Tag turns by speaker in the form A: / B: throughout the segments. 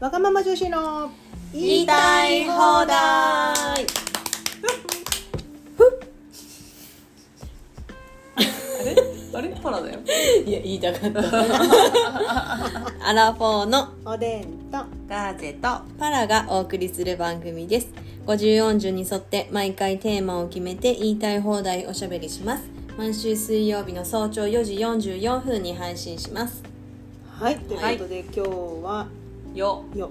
A: わがまま女子の
B: 言いたい放題
C: あれパラだよ
B: いや言いたかったアラフォーの
A: おでんと
C: ガーゼと
B: パラがお送りする番組です5040に沿って毎回テーマを決めて言いたい放題おしゃべりします毎週水曜日の早朝4時44分に配信します
A: はいということで、今日は
C: よ
A: よ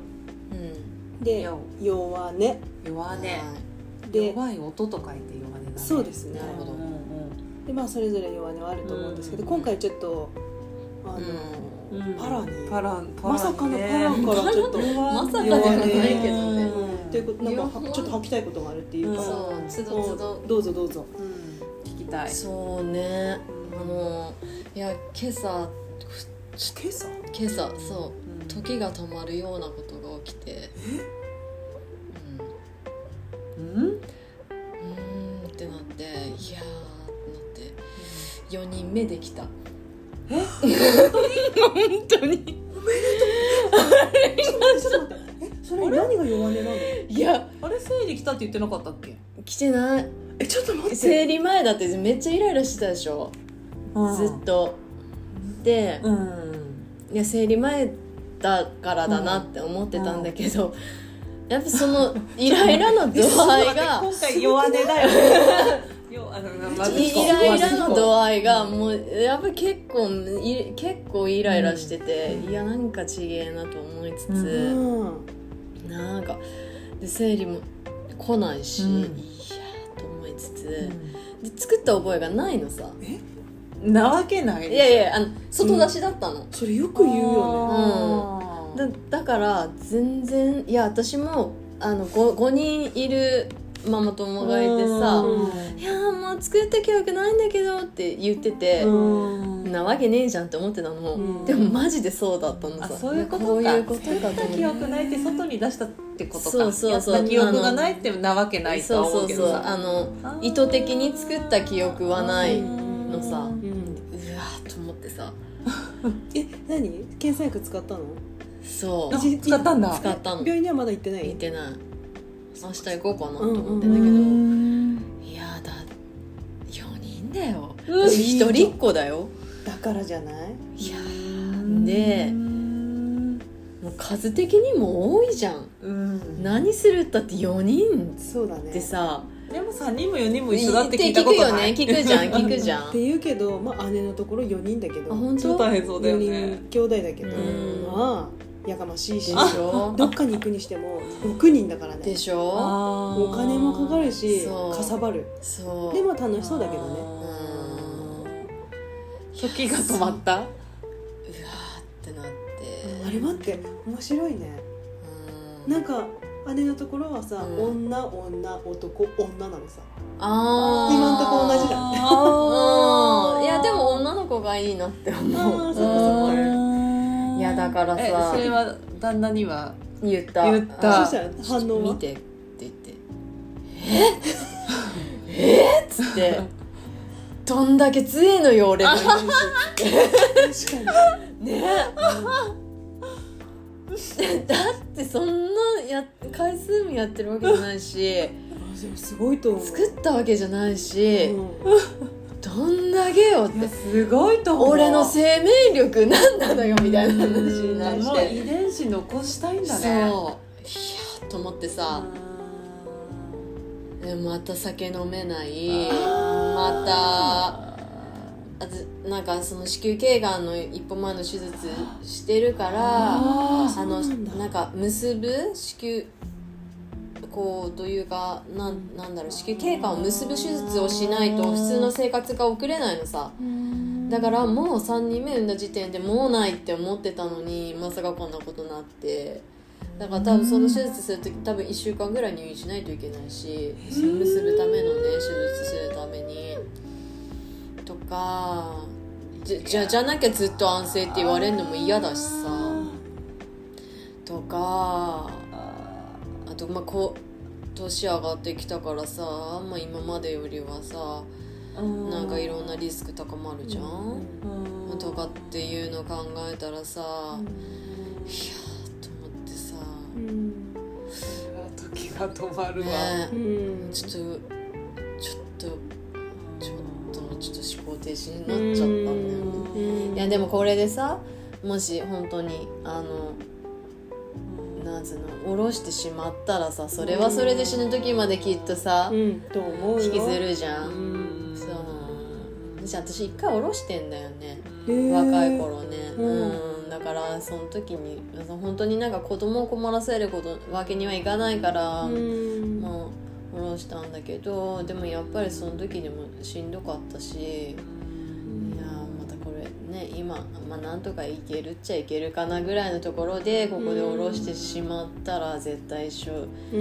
B: うん
A: で
C: よ
A: 弱音
C: 弱音
A: で
C: 弱い音と書いて弱音だね
A: そうですね
B: なるほど
C: うん
A: でまあそれぞれ弱音はあると思うんですけど、
C: うん
A: 今回ちょっとあの、
C: うんうん
A: パラに
C: パラパラ
A: まさかのパラ
C: ね
A: からちょっと、
B: まさかで
C: 弱
B: は
C: 音
B: ないけどね
C: うん
A: ということなんか
B: 両方
A: はちょっと吐きたいことがあるっていうか、
C: ん
B: そうつどつど
A: おどうぞどうぞ、
C: 聞きたい
B: そうねあのいや今
A: 今
B: 朝
A: 朝
B: 今朝そう
C: うん
B: 時が止まるようなことが起きてうん
C: う
B: う
C: ん
B: ーんってなっていやーってなって4人目できたえ本当に
A: ちょっと待ってえそれ何が弱音なの
B: いや
C: あれ生理来たって言ってなかったっけ
B: 来てない
A: えちょっと待って
B: 生理前だってめっちゃイライラしてたでしょ、ずっとで、
C: うん
B: いや生理前だからだなって思ってたんだけど、やっぱそのイライラの度合いが
C: 今回弱音だよよあ のまず
B: イライラの度合いがもうやっぱり結構い結構イライラしてて、いやなんかちげえなと思いつつ、
A: うん
B: なんかで生理も来ないし、
C: うん
B: いやーと思いつつ、で作った覚えがないのさ
C: なわけない
B: いやいやあの外出しだったの、
A: それよく言うよね
B: よだだから全然いや私もあの 5, 5人いるママ友がいてさ
A: うん
B: 「いやーもう作った記憶ないんだけど」って言ってて、
C: うん
B: なわけねえじゃんって思ってたのも、
C: うん
B: でもマジでそうだったの
C: あ
B: さ
C: そういうことか
B: こういうことかと
C: 作った記
B: 思って
C: 憶ないって外に出したってことか
B: そうそうそう
C: やった記憶がないってなわけないと
B: そう
C: は思
B: そうう
C: け
B: そう
C: どさ
B: あの
C: あー
B: 意図的に作った記憶はないのさ
C: うん
A: うん
B: うわーと思ってさ
A: え何検査薬使ったの
B: そう
C: あ使ったんだ
B: 使ったの
A: 病院にはまだ行ってない
B: 見てない明日行こうかなと思っ
A: う
B: て
A: ん
B: んだけど、
C: うん
B: いやだ4人だよ
C: うん
B: 私一人っ子だよ
A: だからじゃない
B: いやーで
C: うん
B: もう数的にも多いじゃん
C: うん
B: 何するったって4人
A: そうだね
B: ってさ
C: でも3人も4人も一緒だって聞いたことない
B: って聞くよね聞くじゃん聞くじゃん
A: っ
B: あ
A: て言うけど、まあ、姉のところ4人だけど
B: 本
C: 超
B: 当
C: 大
B: で
C: 変そうだよ
A: 4
C: ね
A: 人兄弟だけど
B: うん
A: まあやかましい
B: し
A: し
B: ょ
A: どっかに行くにしても6人だからね
B: でしょ
C: あー
A: お金もかかるし
B: そう
A: かさばる
B: そう
A: でも楽しそうだけどね
C: うん時が止まった
B: うわーってなって
A: あれ待って面白いね
B: うん
A: なんか姉のところはさ、
B: うん
A: 女女男女なのさ
B: あー
A: 今んとこ 同じだ
B: あ
C: あ
B: ー
C: ー
B: いやでも女の子がいいなって思
A: あ
B: う
A: ーそっかそっか
B: いやだからさ
C: えそれは旦那には
B: うん言った
C: 言った
A: そ
B: あ
A: したら反応は
B: 見てって言ってええっつってどんだけ強えのよ俺も
A: 確か
B: ねえだってそんなや回数もやってるわけじゃないし
A: にあでもすごいと思う
B: 作ったわけじゃないし、
A: うん
B: どんだけよっ
C: いや
B: て
C: すごいと思う
B: 俺の生命力何なのよみたいな話になっ
C: もう
B: て
C: 遺伝子残したいんだ
B: そうい
C: ね
B: やーと思ってさ、でまた酒飲めないまたあずなんかその子宮頸がんの一歩前の手術してるから
A: あー
B: あの
A: そうなんだ
B: なんか結ぶ子宮こうというかなんなんだろう子宮頸管を結ぶ手術をしないと普通の生活が送れないのさだからもう3人目産んだ時点でもうないって思ってたのにまさかこんなことなってだから多分その手術する時多分1週間ぐらい入院しないといけないしその結ぶためのね手術するためにとかじゃじゃじゃなきゃずっと安静って言われるのも嫌だしさとかあとまあこう年上がってきたからさ、まあ、今までよりはさなんかいろんなリスク高まるじゃん、とかっていうの考えたらさ、いやーと思ってさ
A: うん
C: 時が止まるわ、
B: ね
A: うん
B: ちょっとちょっとちょっとちょっと思考停止になっちゃったんだよね
A: うん
B: いやでもこれでさもし本当にあのなんつうの下ろしてしまったらさそれはそれで死ぬ時まできっとさ
A: うんと思うよ
B: 引きずるじゃ
A: うんん
B: そう私私一回下ろしてんだよね
A: へー
B: 若い頃ね
A: う
B: うんだからその時に本当になんか子供を困らせることわけにはいかないから
A: うん
B: まあ下ろしたんだけどでもやっぱりその時でもしんどかったしいやーまたこれね今、まあ、なんとかいけるっちゃいけるかなぐらいのところでここで下ろしてしまったら絶対一生、
A: う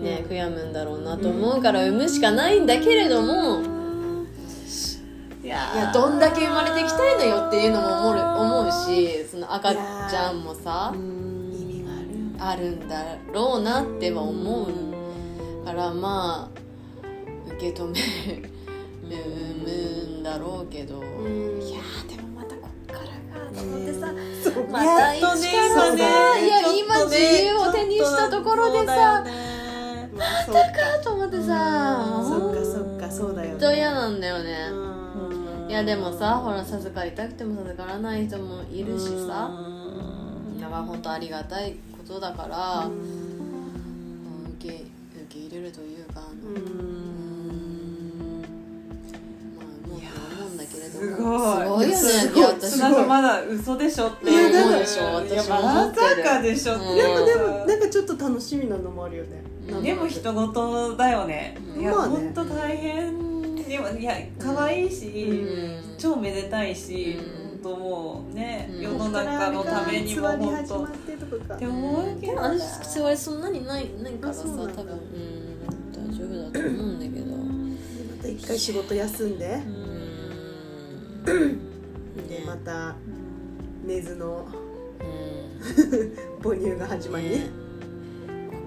A: ん
B: ね、悔やむんだろうなと思うから産むしかないんだけれども、
C: いや
B: いやどんだけ生まれていきたいのよっていうのも思う思うしその赤ちゃんもさ
C: 意味がある
B: あるんだろうなっては思うからまあ受け止めるんだろうけど。
A: うん
B: いやーでもまたこっからがと思ってさ、
C: ま
B: た
A: やっとね
B: 一からさ
A: そう
B: いや
A: ちょっとね
B: 今自由を手にしたところでさ
C: またか
B: あと思ってさ
C: そ
B: 本
C: っかそっかそうだよね
B: 当嫌なんだよ
C: う
B: ね、
C: ん
B: いやでもさほら授かりたくても授からない人もいるしさ、
C: うん
B: だから本当ありがたいことだから、うん受け受け入れるというかあの、うんまあ思うとは思うんだけれど
C: す
B: も
C: ごい
B: す
C: す
B: ごいよねいや
C: なん
B: 私
C: かまだ嘘でしょって
A: いや
C: 思
A: なん
C: う
A: か
C: でしょ
B: 私も
C: いやまさかでしょって
B: でも
A: でもなんかちょっと楽しみなのもあるよね
B: うん
C: でも人事だよね
B: うん
C: いや
A: まあね
C: 本当大変でもいや可愛いし
B: うん
C: 超めでたいし
B: うん
C: 本当もうね
B: うん
C: 世の中のためにも
A: 座り
C: 本
A: 始ま
C: 当
A: ってとかか
C: って思うけ
B: で
C: ど
B: も私それそんなにないないからさ
A: あそうな
B: 多分
A: んだ
B: うん大丈夫だと思うんだけどうん
A: また一回仕事休んででまた根津の
B: うん
A: 母乳が始まり
B: ね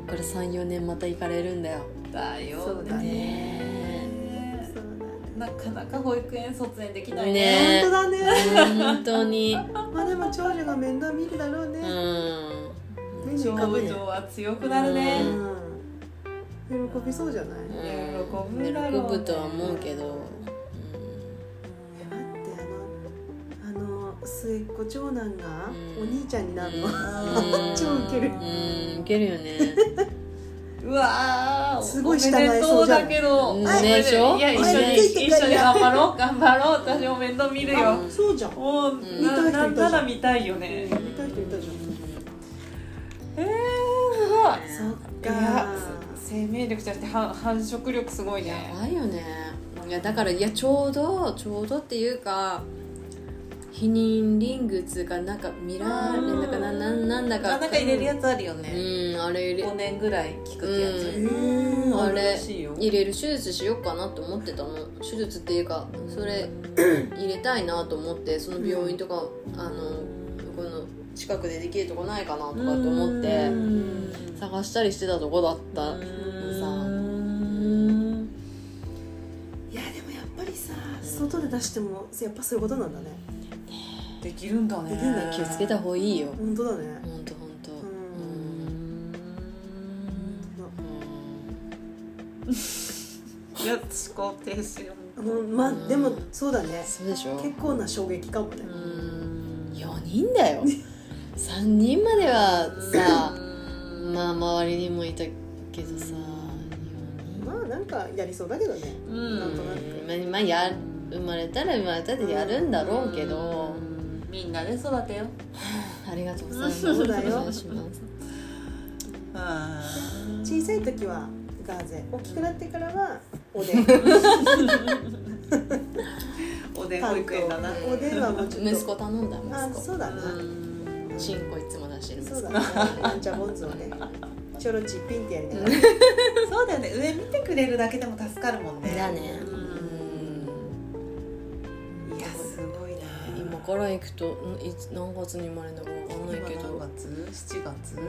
B: こっから34年また行かれるんだよ
C: だよ
A: そうだね
B: ね
C: ね
A: そうだね
C: なかなか保育園卒園できな
B: ね
C: いね
A: 本当だね
B: 本当に
A: まあでも長女が面倒見るだろう
B: う
A: ね
B: ん
A: 目に
C: 情
A: 浮かぶね
C: 情は強くなるね
A: うん喜びそうじゃない
B: うん
C: 喜ぶだろうね
B: 喜ぶとは思うけど
A: え待ってあのあの末っ子長男が
B: うん
A: お兄ちゃんに
B: う
A: なる
B: ん
A: の、
B: うん
A: 超ウケる
B: うんウケるよね
C: うわー
A: すごい
C: おめでとうだけど
B: うん
C: おめ
B: でしょ
C: いや一
B: お
C: 緒
B: め
C: に
B: で
A: とう
C: 一緒に頑張ろう頑張ろう私も面倒見る
A: あ
C: よ
A: そうじゃん、う
C: もう
B: うん
C: な
A: 見た人いたじゃん
C: ないんなら見たいよね
A: ん見たい人いたじゃん
C: えーすご
A: そ
C: い
A: っか
C: いや生命力じゃなくて繁繁殖力すごい
B: や
C: ね
B: ばいよねいやだからいやちょうどちょうどっていうか避妊リングっつうかなんかミラーレンだかななんなんだか
C: やつあるよ
B: うんあれ入れ
C: 年ぐらい効
A: え
B: う
A: ー、
B: あ
C: あるら
B: れ
C: しいよ
B: 入れる手術しよっかなと思ってたの手術っていうかそれ入れたいなと思ってその病院とかあのこの近くでできるとこないかなとかって思って
C: うん
B: 探したりしてたとこだった
C: うん
B: さ
A: いやでもやっぱりさ外で出してもやっぱそういうことなんだね
C: できるんだね
A: できるんだ
B: 気をつけた方がいいよ
A: 本当だね
B: ほんとほんと
A: うん
B: うん
C: いや思考停止よ
A: あのまあでもそうだね
B: そうでしょ
A: 結構な衝撃かもね
B: 4人だよ3人まではさまあ周りにもいたけどさ
A: まあなんかやりそうだけどね
C: う
B: 4
A: なんと
C: ん
A: なく
B: 人まあまあや生まれたら生まれたでやるんだろうけど
C: みんなで育てよ
B: ありがとうございます
A: そうだよ
B: うします
C: うん
A: 小さい時はガーゼ大きくなってからはおでん
C: おでん保育園だな
A: おでんはもうちょっと
B: 息子頼んだ
A: あ
B: 息子
A: そうだな、
B: チンコいつも出してる息
A: そう
B: 子
A: だねなんちゃボンズをねちょろちっぴんってやりながら
C: そうだよね上見てくれるだけでも助かるもんね
B: だね
C: うんいやすごいな
B: 今から行くとんいつ何月に生まれるのか分かんないけ
C: 今
B: ど
C: 何月7月
B: うん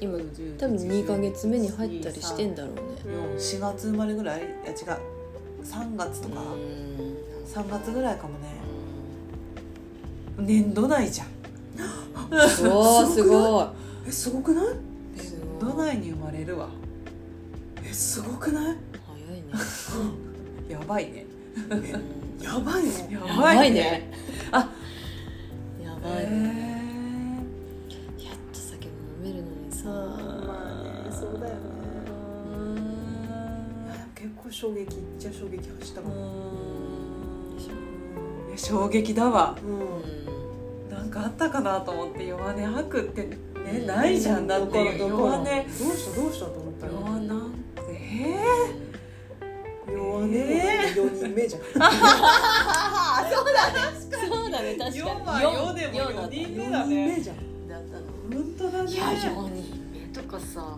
B: 今
C: 今10
B: 多分2ヶ月目に入ったりしてんだろうね
C: 4月生まれぐらいいや違う3月とか
B: うん
C: 3月ぐらいかもね年度内じゃん
B: おーす
A: す
B: ご
A: えすごくない都内に生まれるわえすごくない
B: 早いね
C: やばいね
A: やばいね
C: や
B: やばいね
C: あ
B: やばいね
C: え
B: やっと酒飲めるのに
C: ー、
B: さ
A: まあねそうだよねいや結構衝撃じゃ衝撃走ったか
C: う
A: も
C: んいや衝撃だわ
A: うん、
B: う
C: なんかあったかなと思って弱音吐くってね、
B: うん
C: ないじゃんだっていう
A: どこ
C: 弱音
A: どどうしたどうしたと思ったら
C: 弱
B: ん
C: 音なんてえ
A: 弱音の
C: え
A: 4人目じゃん、
B: んそうだね確かに
C: 四は
B: 四
C: 四でも
B: 四だっ
C: 四
B: た
C: 人
A: 四
C: 目だ
A: 人
C: ね
A: 目じゃん
B: だったの
C: 本当だね
B: いや4人目とかさ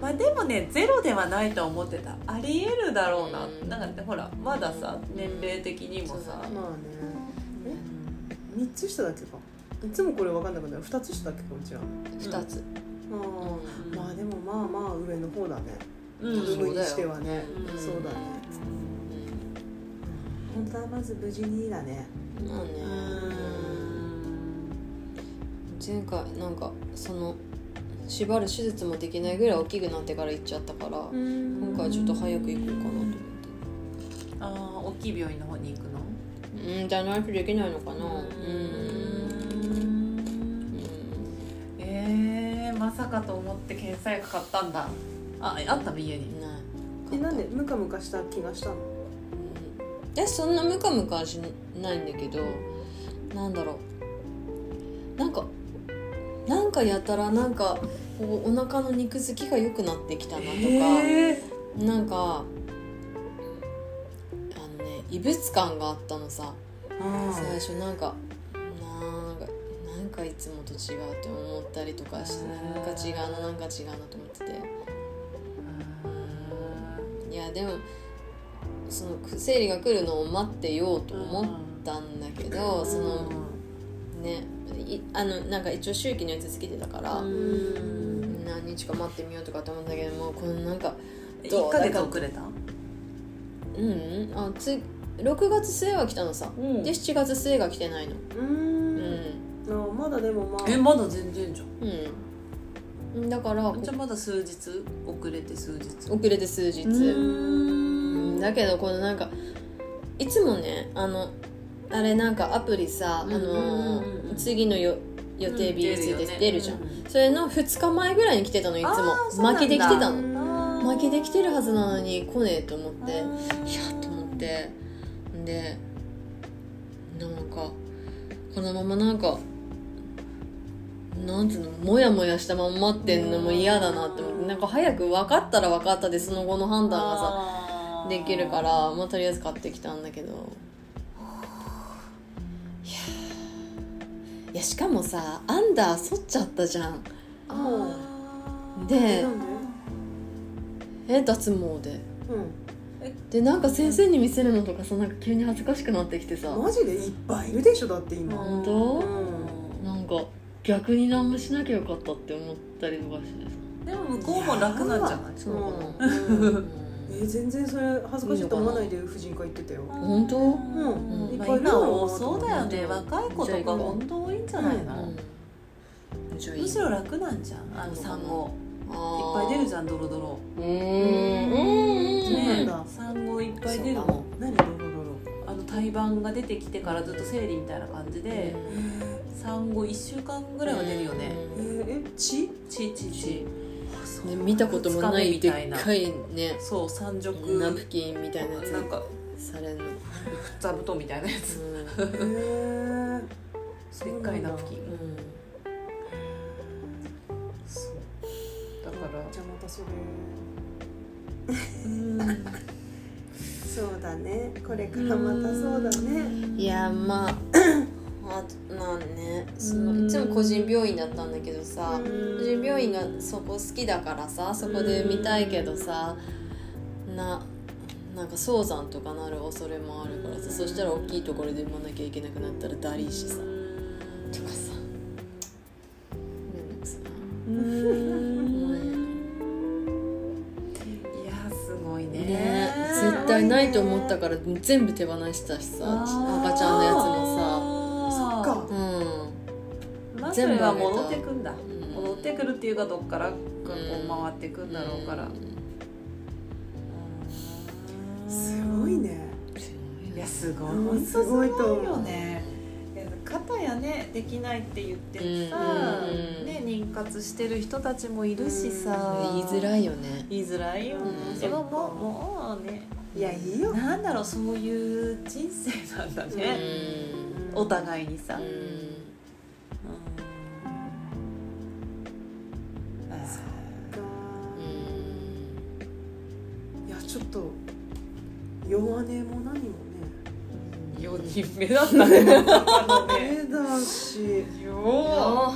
C: まあでもねゼロではないと思ってたありえるだろうな、
B: うん
C: なんかほらまださ年齢的にもさ、
A: まあねえ3つ下だっけかいつもこれ分かんなくなる2つ下だっけかうちは
B: 2つ
A: うんまあでもまあまあ上の方だね
C: う
A: ブー
C: ん
A: ムにしてはね
C: うん
A: そうだね本当はまず無事にだね
B: まあね前回なんかその縛る手術もできないぐらい大きくなってから行っちゃったから今回ちょっと早く行こうかなと思って
C: ああ大きい病院の方に行くの
B: うんじゃないとできないのかなうん
C: えー、まさかと思って検査薬買ったんだああったの家
B: う
C: に
B: んない
A: えなんでムカムカした気がしたの
B: えそんなムカムカはしないんだけどなんだろうなんかなんかやたらなんかこうお腹の肉付きが良くなってきたなとか、
C: え
B: なんかあのね異物感があったのさ最初なんかなんかなんかいつもと違うって思ったりとかしてなんか違うななんか違うなと思ってて。いやでもそのく生理が来るのを待ってようと思ったんだけど、そのねいあのなんか一応周期のやつつけてたから、
A: うん
B: 何日か待ってみようとかって思ったけどもうこのなんか
C: 一かでか遅れた
B: うんうんあつ6月末は来たのさ、
C: うん
B: で7月末が来てないの
A: う
B: うん
A: んあまだでもまあ
C: えまだ全然じゃん
B: うんだから
C: じゃあまだ数日遅れて数日
B: 遅れて数日うんだけどこのなんかいつもねあのあれなんかアプリさ、
C: うん
B: あの
C: うんうんうん
B: 次のよ予定日について出るじゃん、
C: う
B: それの2日前ぐらいに来てたのいつ
C: あーそう
B: も
C: な
B: 負
C: んだ
B: けてきてたの
A: の
B: 負けてきてるはずなのに来ねえと思っていや
C: あ
B: ーと思ってでなんかこのままなんかなんつうのモヤモヤしたまんま待ってんのも嫌だなって思ってなんか早く分かったら分かったでその後の判断がさ
C: あー
B: できるからまあとりあえず買ってきたんだけどいやーいやしかもさアンダー剃っちゃったじゃん
C: あー
B: で
A: なんで
B: え脱毛で
A: う
B: でなんか先生に見せるのとかさなんか急に恥ずかしくなってきてさ
A: んマジでいっぱいいるでしょだって今
B: 本
A: うん
B: 当なんか逆に何もしなきゃよかったって思ったりとかしてさ
C: でも向こうも楽なんじゃない
B: そうかな、
A: うん
B: う
A: え
B: ん
A: ー全然それ恥ずかしいと思わないで婦人科行ってたよ
B: 本当
A: うん
C: まあ今多そうだよね若い子とか本当多いんじゃないの
B: うん、じゃあいい
C: むしろ楽なんじゃんあの産後いっぱい出るじ
B: ゃん
C: ゃんドロドロ
B: うーんうん
A: そうなんだ
C: 産後いっぱい出る
B: そうか
C: もん
A: 何ドロドロ
C: あの胎盤が出てきてからずっと生理みたいな感じで産後1週間ぐ
B: ぐ
C: らいは出るよね
A: えーえ血
C: ちいちいち
B: ね、見たこともないでっかいね
C: そう産褥
B: ナプキンみたいなや
C: なん
B: つ
C: か
B: されるの、うん
C: 座布団みたいなやつ
A: へー
C: でっかいナプキン
A: そう
C: だから
A: じゃあまたそれ
C: うん
A: そうだねこれからまたそうだね
B: いやまあ あとまあねそうの
C: ん
B: いつも個人病院だったんだけどさ個人病院がそこ好きだからさそこで見たいけどさななんか早産とかなる恐れもあるからさそしたら大きいところで産まなきゃいけなくなったらだりいしさとかさめんどくさい
C: いやすごいね
B: ね絶対ないと思ったから全部手放したしさ赤ちゃんのやつも
A: そっ
C: さ
A: か
B: さうん
C: まあそれ
B: 全部
C: は
B: あげた
C: 戻ってくんだ
B: ん
C: 戻ってくるっていうかどっからくこう回っていくんだろうから、
A: すごいね
C: いやすごい、
A: うん
C: ほんと
A: すごいと思う
C: よねいや片やねできないって言ってるさ、
B: うん
C: ね、妊活してる人たちもいるしさ、
B: 言いづらいよね
C: 言いづらいよね、
B: うん
C: でももうもうね
A: いやいいよ
C: なんだろうそういう人生なんだね、お互いにさ、うんあ
A: そっかいやちょっと弱音も何もね
C: ー4人目だったねあのね
A: えだし
C: よ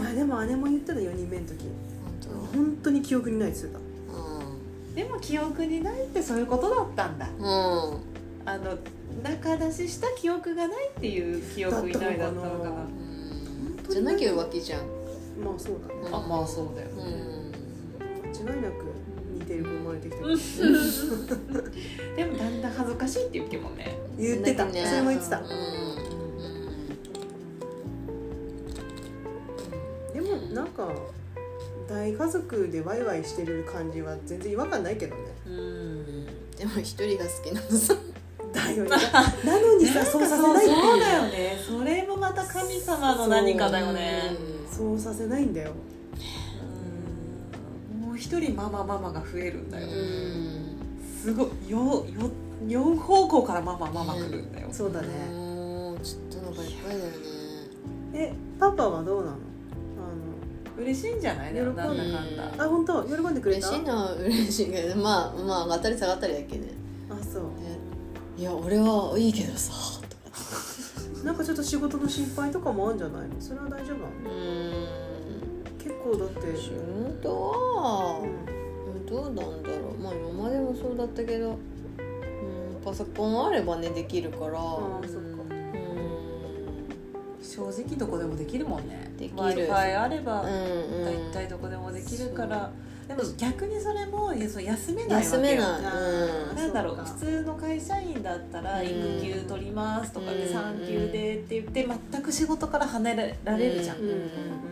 A: いやでも姉も言ってた4人目の時本当に記憶にないですよ
C: ーでも記憶にないってそういうことだったんだあの中出しした記憶がないっていう記憶以内だったのか
A: だったのか
C: な
A: な
B: じゃなきゃ浮気じゃん。
A: まあそうだね
B: あ
C: まあそうだよ
B: う
C: ね、
B: ん。
A: 間違いなく似てる子生まれてきた
C: でもだんだん恥ずかしいって言う気もね
A: 言ってた
B: ね
A: それも言ってた
B: うん。
A: でもなんか大家族でワイワイしてる感じは全然違和感ないけ どね
C: うん
B: でも一人が好きなのさ。
A: だよねなのにさそうさせないって
C: そう
A: いう
C: だよねそれもまた神様の何かだよね
A: そうさせないんだよ
C: うんもう一人ママママが増えるんだ
B: う
C: よ、
B: ん。
C: すごいよよ4方向からママママ来るんだよ、
A: そうだね
B: もうちょっとなんかいっぱいだよね。
A: えパパはどうなの
C: 嬉しいんじゃないでもなんだかんだ、
A: あのあ本当喜んでくれ
B: 嬉
A: た
B: しいのは嬉しいけど、まあまあ上がったり下がったりだけね。
A: あそう
B: いや俺はいいけどさ。
A: なんかちょっと仕事の心配とかもあるんじゃないのそれは大丈夫なの
B: うん。
A: 結構だって
B: 仕事は。
A: う
B: どうなんだろうまあ今までもそうだったけど、うん、パソコンあればねできるから
A: あ
B: う
A: そっか
B: ん
C: 正直どこでもできるもんね
B: できる
C: w i f i あれば
B: うん
C: 大体どこでもできるから、でも逆にそれもいやそう休めないわけよ
B: 休めない
A: あー
C: なんだろう
A: そうか
C: 普通の会社員だったら
B: うん
C: 育休取りますとか
B: う
C: で
B: ん
C: 産休でって言って全く仕事から離れられるじゃん、
B: うん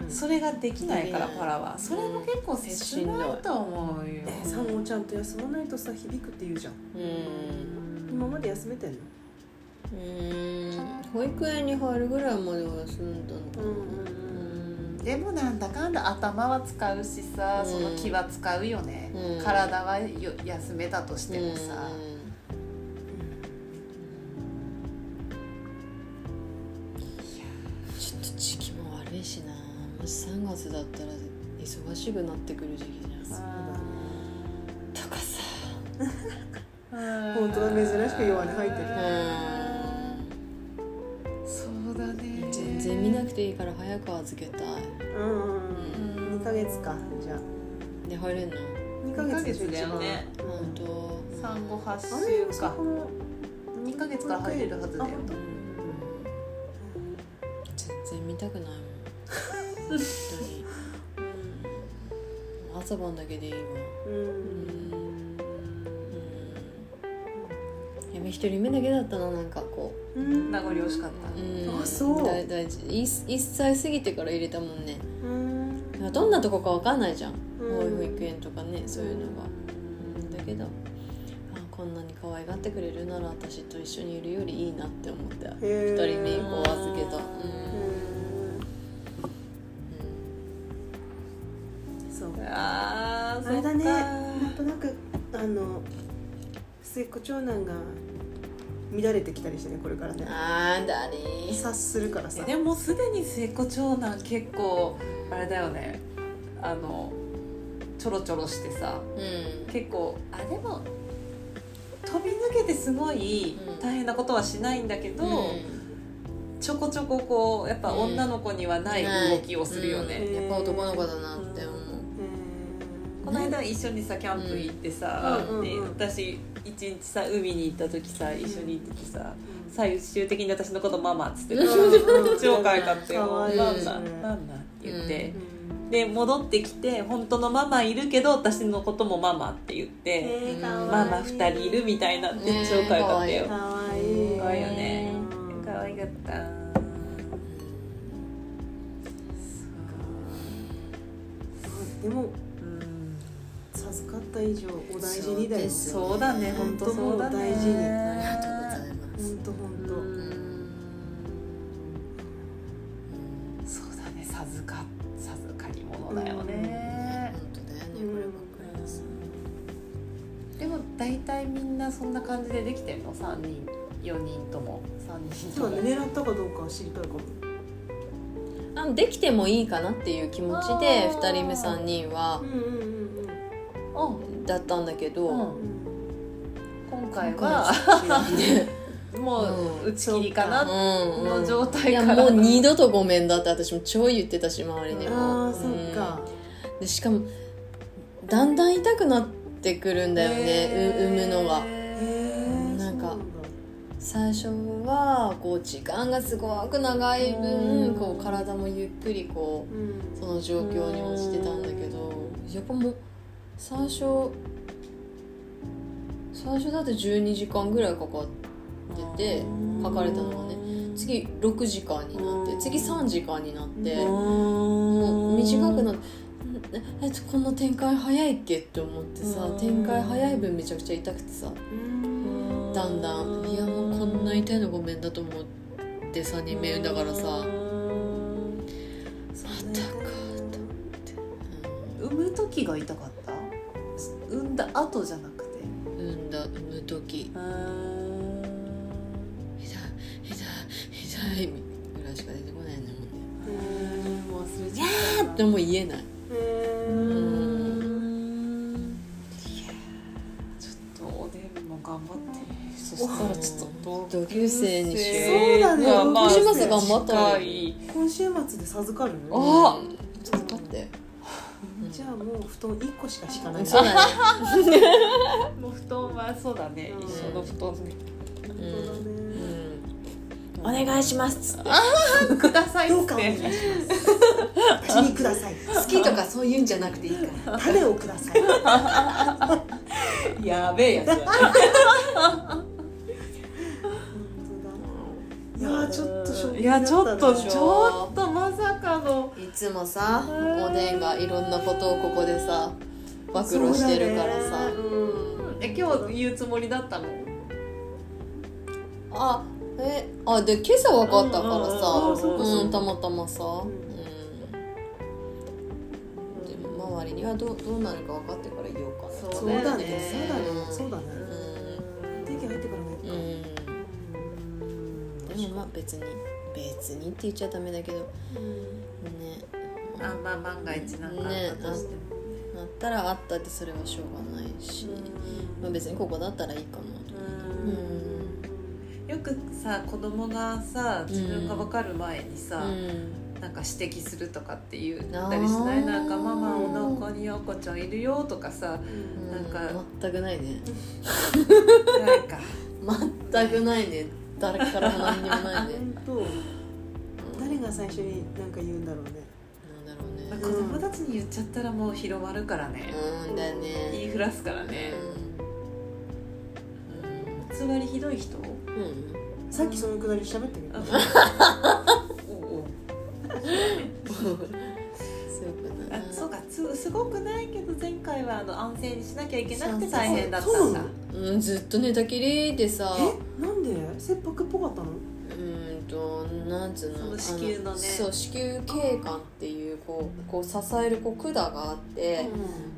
C: それができないから
B: できない
C: パラはそれも結構切ないと思うよ
A: えサンゴちゃんと休まないとさ響くって言うじゃん
B: うん
A: 今まで休めてんの
B: うん保育園に入るぐらいまでは休んだのか
A: う
B: な、
C: うんでもなんだかんだ頭は使うしさ
B: うん
C: その気は使うよね、
B: うん
C: 体はよ休めたとして
B: で
C: も
B: も
C: さ
B: さ、ちょっと時期も悪いしなもし3月だったら忙しくなってくる時期じゃん
A: だ
B: とかさ
C: 本
A: 本当だ珍しく弱音吐いてる
C: そうだね
B: 全然見なくていいから早く預けたい
A: うんうんうん
C: 2
A: 2ヶ月かじゃあ
B: で入れんの
A: 2ヶ月でしょ
C: 二ヶ月だよね
A: 一番
B: 本当
C: 産後8
A: あれ
C: 週
A: そ
C: か
A: この
C: 2ヶ月から入れるはずだよ
A: あ本当
B: 全然見たくないもん本当に朝晩だけでいいわ
A: うん
B: うんやめ一人目だけだったななんかこ
A: うん
C: 名残惜しかっ
B: う、
C: た
B: うん、
A: あそう
B: だ大事一一歳過ぎてから入れたもんね
A: うん
B: だからどんなとこかわかんないじゃん、
A: うん
B: 保育園とかねそういうのが、うん、だけどあこんなに可愛がってくれるなら私と一緒にいるよりいいなって思って
A: へー
B: 二人目以降預けたうん
A: そう
C: あー
A: あれだね
C: そっか
A: なんとなくあの末っ子長男が乱れてきたりしてねこれからね
B: あーだりー
A: 察するから
C: え
A: さ
C: でもすでに末っ子長男結構あれだよねあのちょろちょろしてさ
B: うん
C: 結構あでも飛び抜けてすごい
B: うん
C: 大変なことはしないんだけど、ちょこちょここうやっぱ女の子にはない動きをするよね、
B: うんやっぱ男の子だなって思う
C: この間一緒にさキャンプ行ってさ、
A: うん
C: で
A: うんうん
C: 私一日さ海に行った時さ一緒に行っててさ最終的に私のこと「ママ」っつって た超可愛かったよ
A: かわ
C: 「
A: いい
C: ママ
A: うん
C: ママ」って言って、
A: え
C: で戻ってきて本当のママいるけど私のことも「ママ」って言って
A: ーか
C: 「
A: わいい
C: ママ2人いる」みたいになって
B: ねえ
C: 超可愛かったよ
A: かわいい
C: 可愛いよね
A: うん
C: 可愛かった
A: でも使った以上お大事にだよ
B: そう
C: そうだね本当そうだね
A: 大事に
B: ありがとうございま
A: ほ
B: す
A: んとほんと
C: そうだね授か授かり物だよね、
B: 本当だよねこればっかりです
C: でも大体みんなそんな感じでできてるの3人4人とも3人
A: そ
C: と
A: う
C: も
A: だね狙ったかどうかは知りたいかも
B: あできてもいいかなっていう気持ちで
C: あー
B: 2人目3人は
A: うんうんうん
B: だったんだけど、
C: う
A: うんん
C: 今回は もう打ち切りかなこ
B: うんうん
C: の状態
B: いや
C: か
B: も
C: ら
B: う二度とごめんだって私も超言ってたし周りにも
A: あーそっか
B: でしかもだんだん痛くなってくるんだよね、う産むのが
A: へえ
B: なんか最初はこう時間がすごく長い分、
A: うん
B: こう体もゆっくりこ
A: うん
B: うその状況に落ちてたんだけど、やっぱもう最初最初だって12時間ぐらいかかってて書かれたのがね次6時間になって次3時間になって。もう短くなって「えっとこの展開早いっけ?」って思ってさ
A: うん
B: 展開早い分めちゃくちゃ痛くてさ
A: うん
B: だんだん「いやもうこんな痛いのごめんだと思って3人目だからさ
A: う
B: ま
A: んそんな痛
B: た
A: い
B: かと思って
C: 産む時が痛かった産んだ後じゃなくて
B: うん産んだ産む時「痛い痛い痛い」ぐらいしか出てこないんだもんね
C: うんもう忘れちゃった
B: でも言えない
A: うん
C: ちょっとおでんも頑張ってそしたらちょっと
B: 同級生にしよ
A: そうだね
B: 同級生ます頑張ったの
C: 近い
A: 今週末で授かる
B: う
A: の
B: あちょっと待って
A: じゃあもう布団一個しか敷かない
B: そうだね
C: もう布団はそうだね、
A: うん
C: 一緒の布団ね
A: 本当だね
B: うんお願いします
C: くださいっ
A: ど
C: つ
A: う
C: っ
A: かお願いしてます。口にください。
B: 好きとかそういうんじゃなくていいから
A: 種をください。
C: やべえやつだ
A: いやーちょっと衝
C: い
A: 撃だ
C: や
A: ったな
C: ちょっとちょっとまさかの
B: いつもさおでんがいろんなことをここでさ暴露してるからさ、
A: そうだねうん
C: え今日言うつもりだったの
B: あえあで今朝分かったから
A: うんうんうんあ
B: さ
A: そう
B: う
A: か
B: ん
A: そうか
B: たまたまさ、うんん、でも周りにはどうどうなるか分かってから言おうかな
A: そうだね。
B: そ
A: そうだね。そうだね。天気入ってからね。
B: うん、うん、でもまあ別に別にって言っちゃダメだけどね
C: あまあ万が一なんかあったとしても、
B: なったらあったってそれはしょうがないし、まあ、別にここだったらいいかなと
C: うんよくさ子供がさ自分が分かる前にさ、なんか指摘するとかって言ったりしな
B: あー
C: いなんか「ママお腹に赤ちゃんいるよ」とかさ
A: うん
C: なんか
B: 全くないね
C: なんか
B: 全くないね誰からも何にもないね
A: 本当誰が最初に何か言うんだろうね。
B: なんだろう
C: まあ
B: ね
C: 子供たちに言っちゃったらもう広まるからね、
B: うんだよ
C: 言
B: ね
C: いふらすからね、つわりひどい人
B: うんうん
A: さっきそのくだり喋ったけど。
C: おうおう
B: 強くな
C: あ
B: い
C: そうかつすごくないけど前回はあの安静にしなきゃいけなくて大変だった
A: そ
C: ん
A: うな
C: だ
A: の
B: うんずっと寝たきりでさ
A: え、なんで？切迫っぽかったの？
B: うーんとなんつうの
C: その
B: あの
C: 子宮のね
B: そう子宮頸管っていうこうこう支えるこう管があって、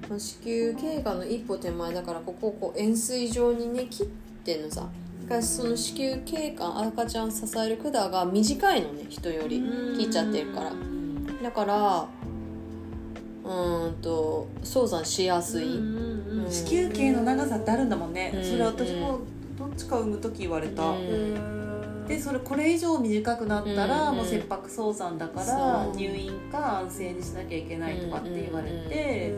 B: 子宮頸がんの一歩手前だからここをこう円錐状にね切ってんのさだからその子宮頸管赤ちゃんを支える管が短いのね人より切っちゃってるからだからうーんと早産しやすい、うんうん
C: 子宮頸の長さってあるんだもんね、
B: うん
C: それ私もどっちか産む時言われた、でそれこれ以上短くなったら、
B: うん
C: もう切迫早産だか
B: そう
C: ら入院か安静にしなきゃいけないとかって言われて、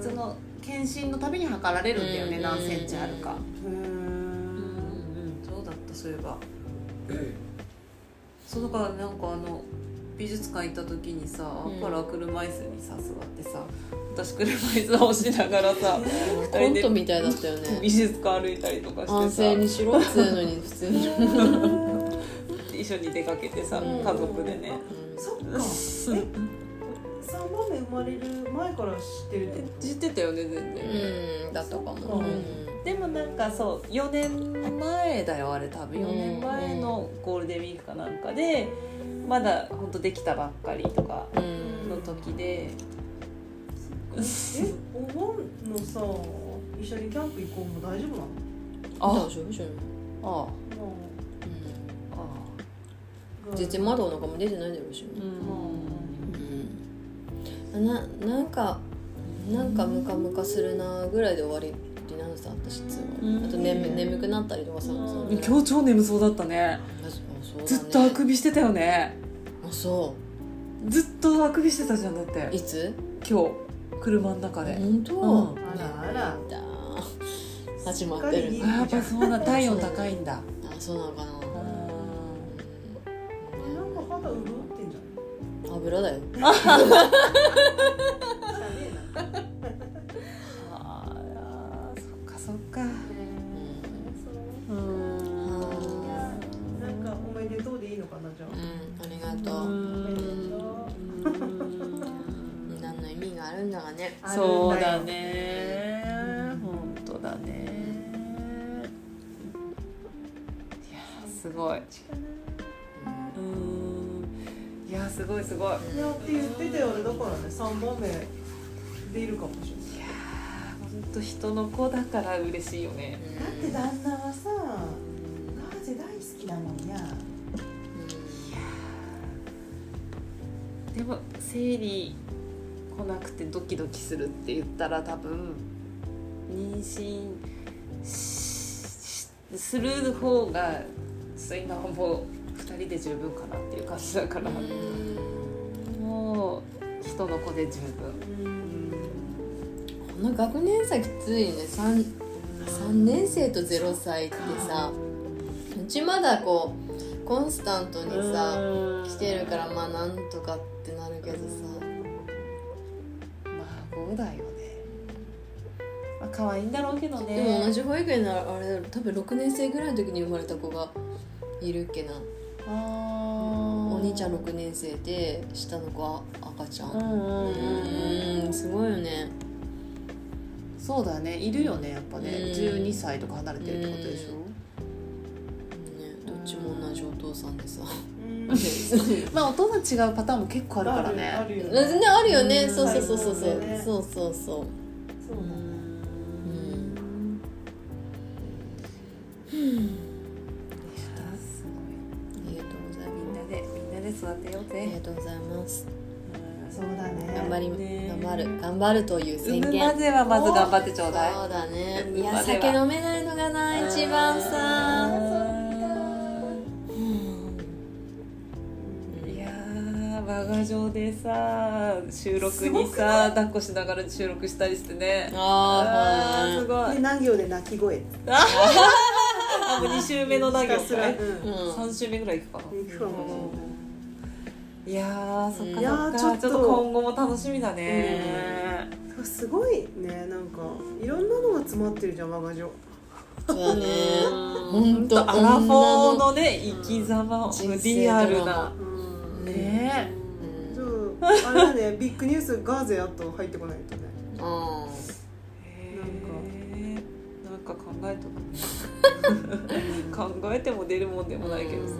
C: その検診のたびに測られるんだよね、
B: うん
C: 何センチあるか、うん
A: うん。
C: そうだったそういえば、 そのからなんかあの美術館行った時にさ、
B: うん
C: から車椅子にさ座ってさ私車椅子を押しながらさ
B: コントみたいだったよ
C: 美
B: ね
C: 術館歩いたりとかしてさ
B: 安静にしろっつうの に普通に、うん
C: 一緒に出かけてさ、
B: うん
C: 家族でね、
A: そっか。え、三番目生まれる前から知ってるってこ
C: 知ってたよね全然、
B: うんだったかも、
C: うん
B: うん
C: でもなんかそう4年前だよあれ多分4年前のゴールデンウィークかなんかでまだほんとできたばっかりとか
B: うん
C: の時で
A: とえお盆のさ一緒にキャンプ行こうも大丈夫なの
C: あ
B: 大丈夫じゃない
C: あ
B: う
C: あ
B: ん全然窓なんかも出てないだろうしね
C: う、ん
B: うん、ななんかなんかムカムカするなぐらいで終わりってなるさ私いつ
C: うん
B: もあと眠眠くなったりとかさ
A: うん
B: そう
C: 今日超眠そうだったね
B: あそうだね
C: ずっとあくびしてたよね
B: あそ
C: ずっとあくびしてたじゃんだっ
B: うい
C: て
B: つ
C: 今日車の中で、
B: 本当、
C: うん
A: あらあら
B: だ始まってる
A: すっかり
C: あやっぱそうな体温高いんだ
B: あそうなのかな
C: あー
A: えなんか肌潤ってん じゃん
B: うん油だよ
C: あーそっかそっ
A: そ
C: か
A: う
B: うん
A: うなんかおめでとうでいいのかなじゃあ
B: う。んありが
C: う
B: とう、
C: ん
B: 何の意味があるんだかね
C: そうだ。ね本当だねいやーすごいうんいやーすごいすごい
B: うん
A: いやって言ってたよねだからね三番目出るかもしれない。
C: 本当人の子だから嬉しいよね
A: だって旦那はさガーゼ大好きだもんや。
C: でも生理来なくてドキドキするって言ったら多分妊娠ししする方がちょっと今はもう2人で十分かなっていう感じだから、もう人の子で十分
B: この学年差きついね 3, 三年生と0歳ってさうちまだこうコンスタントにさ来てるからまあなんとかってなるけどさ
C: 孫だよねまあ可愛いんだろうけどね
B: でも同じ保育園ならあれだろ多分6年生ぐらいの時に生まれた子がいるっけな
C: あ
B: お
C: お
B: 兄ちゃん6年生で下の子は赤ちゃ
C: うん
B: ん
C: うん
B: う
C: うん
B: んすごいよね
C: そうだねいるよねやっぱね、
B: うん
C: 12歳とか離れてるってことでしょ、
B: ねどっちも同じお父さんでさ
C: まあお父さん違うパターンも結構あるからね
A: あるよね。
B: 全然あるよね
C: うん
B: そうそうそうそうそ
A: 最
B: う
A: 高だね
B: そうそうそう
A: そう
C: う
A: なんだ。
C: んいやーすご
B: ありがとうござい
C: いみ
B: ま
C: ん
B: す
C: なでみんなで育てよう
B: ありが
C: ぜ、
B: とうございます
A: そううだね。
B: 頑張り
C: ね
B: 頑張る頑張るという宣
C: 産む
B: 言
C: まではまず頑張ってちょうだい
B: そうだね
C: 産
B: い
C: むま
B: や
C: では
B: 酒飲めないのがな一番さ
C: いやー我が城でさ収録にさ抱っこしながら収録したりしてね
B: あ
C: ー
B: ー
C: すご
A: で
C: い
A: 何行で鳴き声。
C: あもう2週目の投
A: ひ
C: げ
A: たすら。うん。
B: そうだねうん
C: 3週目ぐらいいくかな
A: 行くかもしれない
C: いやーそっ
B: うん
C: か
B: い
C: そ
A: や
C: っ
A: ー
C: かち
A: ち
C: ょ
A: ょ
C: っ
A: っ
C: と
A: と
C: 今後も楽しみだね、
A: てかすごいねなんかいろんなのが詰まってるじゃん我が女。
B: そうだね
C: ほ
B: 本
C: んと
B: 当
C: アラフォーのね生き様、
B: 人生
C: リア
B: ド
C: ル
B: ラ
C: な
B: マ
A: うん。
C: ね
A: ちょっとあれだねビッグニュースガーゼあと入ってこないとね。
B: うん
C: えなんか考えとか 考えても出るもんでもないけどさ、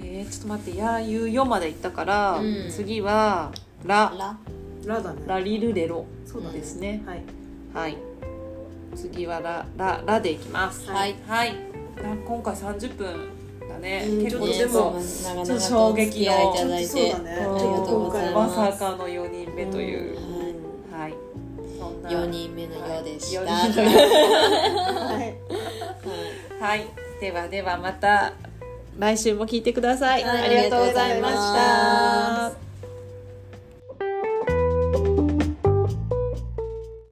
C: えー、ちょっと待って「やゆうよ」まで行ったから、
B: うん
C: 次は「ら」
B: ラ
A: ラだね。
C: ラリルレロ
A: そうだね
C: で。すね、
A: はい。
C: はい次はラ「ら」「ら」でいきます
B: はい
C: はいな今回30分だね、
A: うん
C: 結構
A: ちょっと
C: で
A: で
C: も
A: も
B: 長
C: ちょっ
B: 々
C: と
B: と
C: 衝
B: お付
C: 撃
B: き
C: の
B: 合いいただい
A: そう
B: て
A: だね
B: ありがとうござい
C: ま
B: ま
C: さ
B: す
C: かの4人目とい
B: は
C: う、
B: い
C: はいそんな
B: 4人目のようでした、
C: はい四
B: は
C: 人
A: はい。
C: 目はいではではまた来週も聞いてください、
B: はい
C: ありがとうございま
B: ありがとうございま
C: した